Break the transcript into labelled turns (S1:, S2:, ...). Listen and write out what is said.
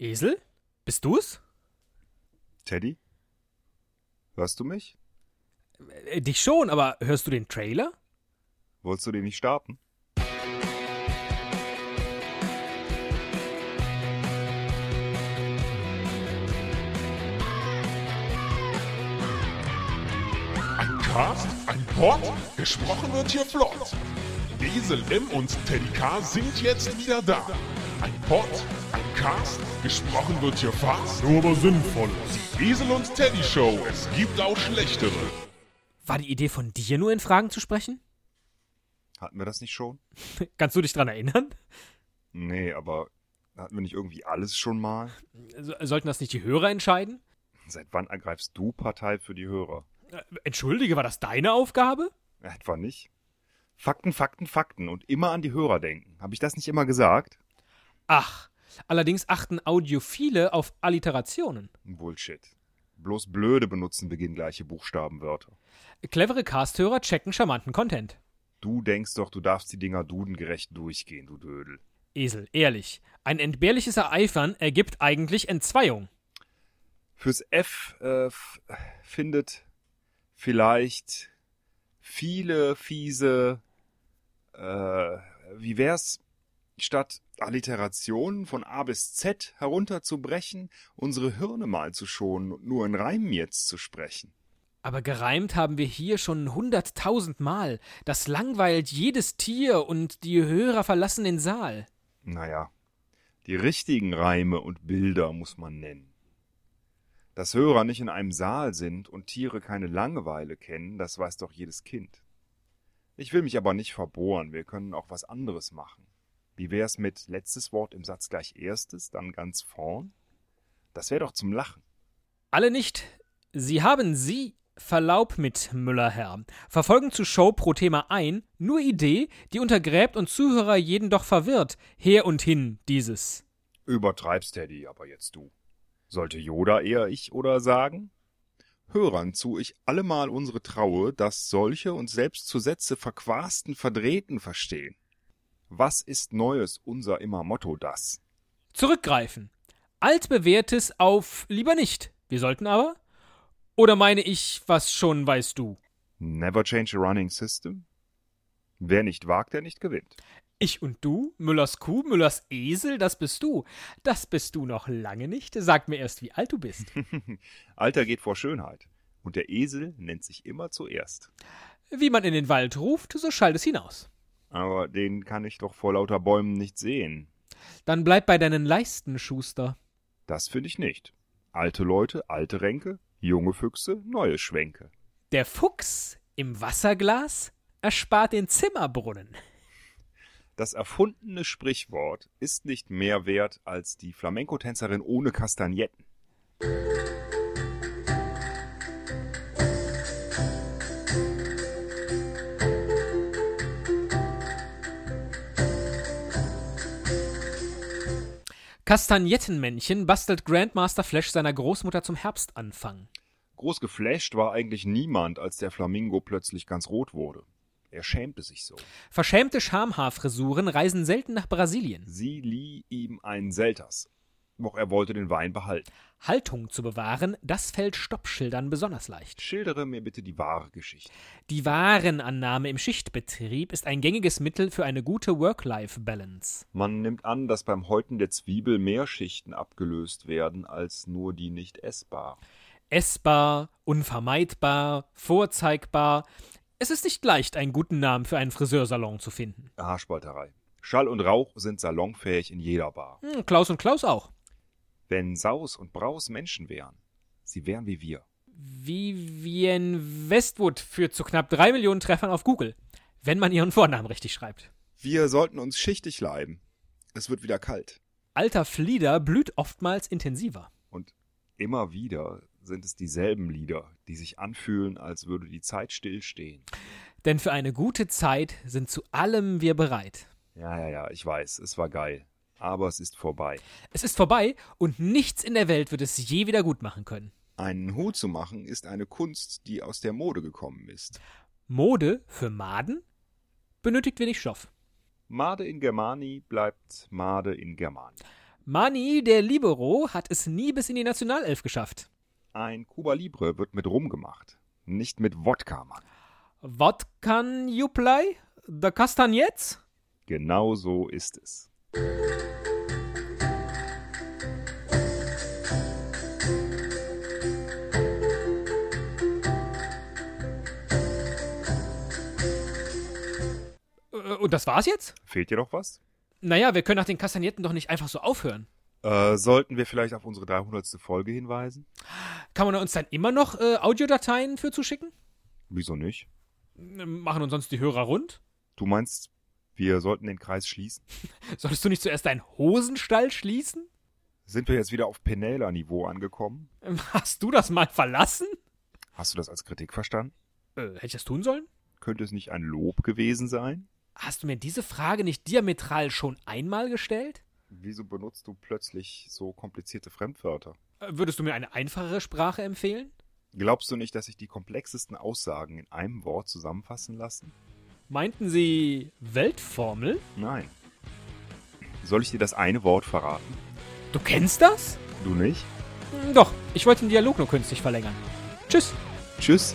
S1: Esel? Bist du's?
S2: Teddy? Hörst du mich?
S1: Äh, Dich schon, aber hörst du den Trailer?
S2: Wolltest du den nicht starten?
S3: Ein Cast, ein Pod, gesprochen wird hier flott. Esel M und Teddy K sind jetzt wieder da. Ein Pod, ein Cast, gesprochen wird hier fast, nur aber sinnvoll. Die Esel und Teddy Show, es gibt auch schlechtere.
S1: War die Idee von dir nur in Fragen zu sprechen?
S2: Hatten wir das nicht schon?
S1: Kannst du dich dran erinnern?
S2: Nee, aber hatten wir nicht irgendwie alles schon mal?
S1: So- Sollten das nicht die Hörer entscheiden?
S2: Seit wann ergreifst du Partei für die Hörer?
S1: Äh, Entschuldige, war das deine Aufgabe?
S2: Etwa nicht? Fakten, Fakten, Fakten und immer an die Hörer denken. Hab ich das nicht immer gesagt?
S1: Ach, allerdings achten Audiophile auf Alliterationen.
S2: Bullshit. Bloß Blöde benutzen beginnen gleiche Buchstabenwörter.
S1: Clevere Casthörer checken charmanten Content.
S2: Du denkst doch, du darfst die Dinger dudengerecht durchgehen, du Dödel.
S1: Esel, ehrlich, ein entbehrliches Ereifern ergibt eigentlich Entzweiung.
S2: Fürs F äh, f- findet vielleicht viele fiese, äh, wie wär's, statt Alliterationen von A bis Z herunterzubrechen, unsere Hirne mal zu schonen und nur in Reimen jetzt zu sprechen.
S1: Aber gereimt haben wir hier schon hunderttausend Mal. Das langweilt jedes Tier und die Hörer verlassen den Saal.
S2: Naja, die richtigen Reime und Bilder muss man nennen. Dass Hörer nicht in einem Saal sind und Tiere keine Langeweile kennen, das weiß doch jedes Kind. Ich will mich aber nicht verbohren, wir können auch was anderes machen. Wie wär's mit letztes Wort im Satz gleich erstes, dann ganz vorn? Das wäre doch zum Lachen.
S1: Alle nicht. Sie haben Sie Verlaub mit Müllerherr. Verfolgen zu Show pro Thema ein, nur Idee, die untergräbt und Zuhörer jeden doch verwirrt. Her und hin dieses.
S2: Übertreibst, Teddy, aber jetzt du. Sollte Yoda eher ich oder sagen? Hörern zu ich allemal unsere Traue, dass solche und selbst zu Sätze verquasten Verdrehten verstehen. Was ist Neues unser immer Motto das?
S1: Zurückgreifen. Altbewährtes auf lieber nicht. Wir sollten aber? Oder meine ich, was schon weißt du?
S2: Never change a running system? Wer nicht wagt, der nicht gewinnt.
S1: Ich und du? Müllers Kuh, Müllers Esel, das bist du. Das bist du noch lange nicht. Sag mir erst, wie alt du bist.
S2: Alter geht vor Schönheit. Und der Esel nennt sich immer zuerst.
S1: Wie man in den Wald ruft, so schallt es hinaus.
S2: Aber den kann ich doch vor lauter Bäumen nicht sehen.
S1: Dann bleib bei deinen Leisten, Schuster.
S2: Das finde ich nicht. Alte Leute, alte Ränke, junge Füchse, neue Schwänke.
S1: Der Fuchs im Wasserglas erspart den Zimmerbrunnen.
S2: Das erfundene Sprichwort ist nicht mehr wert als die Flamenco-Tänzerin ohne Kastagnetten.
S1: Kastagnettenmännchen bastelt Grandmaster Flash seiner Großmutter zum Herbstanfang.
S2: Groß geflasht war eigentlich niemand, als der Flamingo plötzlich ganz rot wurde. Er schämte sich so.
S1: Verschämte Schamhaarfrisuren reisen selten nach Brasilien.
S2: Sie lieh ihm einen Selters. Doch er wollte den Wein behalten.
S1: Haltung zu bewahren, das fällt Stoppschildern besonders leicht.
S2: Schildere mir bitte die wahre Geschichte.
S1: Die Warenannahme im Schichtbetrieb ist ein gängiges Mittel für eine gute Work-Life-Balance.
S2: Man nimmt an, dass beim Häuten der Zwiebel mehr Schichten abgelöst werden als nur die nicht essbaren.
S1: Essbar, unvermeidbar, vorzeigbar. Es ist nicht leicht, einen guten Namen für einen Friseursalon zu finden.
S2: Haarspalterei. Schall und Rauch sind salonfähig in jeder Bar.
S1: Hm, Klaus und Klaus auch.
S2: Wenn Saus und Braus Menschen wären, sie wären wie wir.
S1: Vivian Westwood führt zu knapp drei Millionen Treffern auf Google, wenn man ihren Vornamen richtig schreibt.
S2: Wir sollten uns schichtig bleiben. Es wird wieder kalt.
S1: Alter Flieder blüht oftmals intensiver.
S2: Und immer wieder sind es dieselben Lieder, die sich anfühlen, als würde die Zeit stillstehen.
S1: Denn für eine gute Zeit sind zu allem wir bereit.
S2: Ja, ja, ja, ich weiß, es war geil. Aber es ist vorbei.
S1: Es ist vorbei und nichts in der Welt wird es je wieder gut machen können.
S2: Einen Hut zu machen ist eine Kunst, die aus der Mode gekommen ist.
S1: Mode für Maden benötigt wenig Stoff.
S2: Made in Germani bleibt Made in Germani.
S1: Mani, der Libero, hat es nie bis in die Nationalelf geschafft.
S2: Ein Cuba Libre wird mit Rum gemacht, nicht mit Wodka, Mann.
S1: What can you play? The Castanets?
S2: Genau so ist es.
S1: Äh, Und das war's jetzt?
S2: Fehlt dir noch was?
S1: Naja, wir können nach den Kastagnetten doch nicht einfach so aufhören.
S2: Äh, sollten wir vielleicht auf unsere 300. Folge hinweisen?
S1: Kann man uns dann immer noch äh, Audiodateien für zuschicken?
S2: Wieso nicht?
S1: Machen uns sonst die Hörer rund?
S2: Du meinst, wir sollten den Kreis schließen?
S1: Solltest du nicht zuerst deinen Hosenstall schließen?
S2: Sind wir jetzt wieder auf Penela-Niveau angekommen?
S1: Hast du das mal verlassen?
S2: Hast du das als Kritik verstanden?
S1: Äh, hätte ich das tun sollen?
S2: Könnte es nicht ein Lob gewesen sein?
S1: Hast du mir diese Frage nicht diametral schon einmal gestellt?
S2: Wieso benutzt du plötzlich so komplizierte Fremdwörter?
S1: Äh, Würdest du mir eine einfachere Sprache empfehlen?
S2: Glaubst du nicht, dass sich die komplexesten Aussagen in einem Wort zusammenfassen lassen?
S1: Meinten sie Weltformel?
S2: Nein. Soll ich dir das eine Wort verraten?
S1: Du kennst das?
S2: Du nicht?
S1: Hm, Doch, ich wollte den Dialog nur künstlich verlängern. Tschüss.
S2: Tschüss.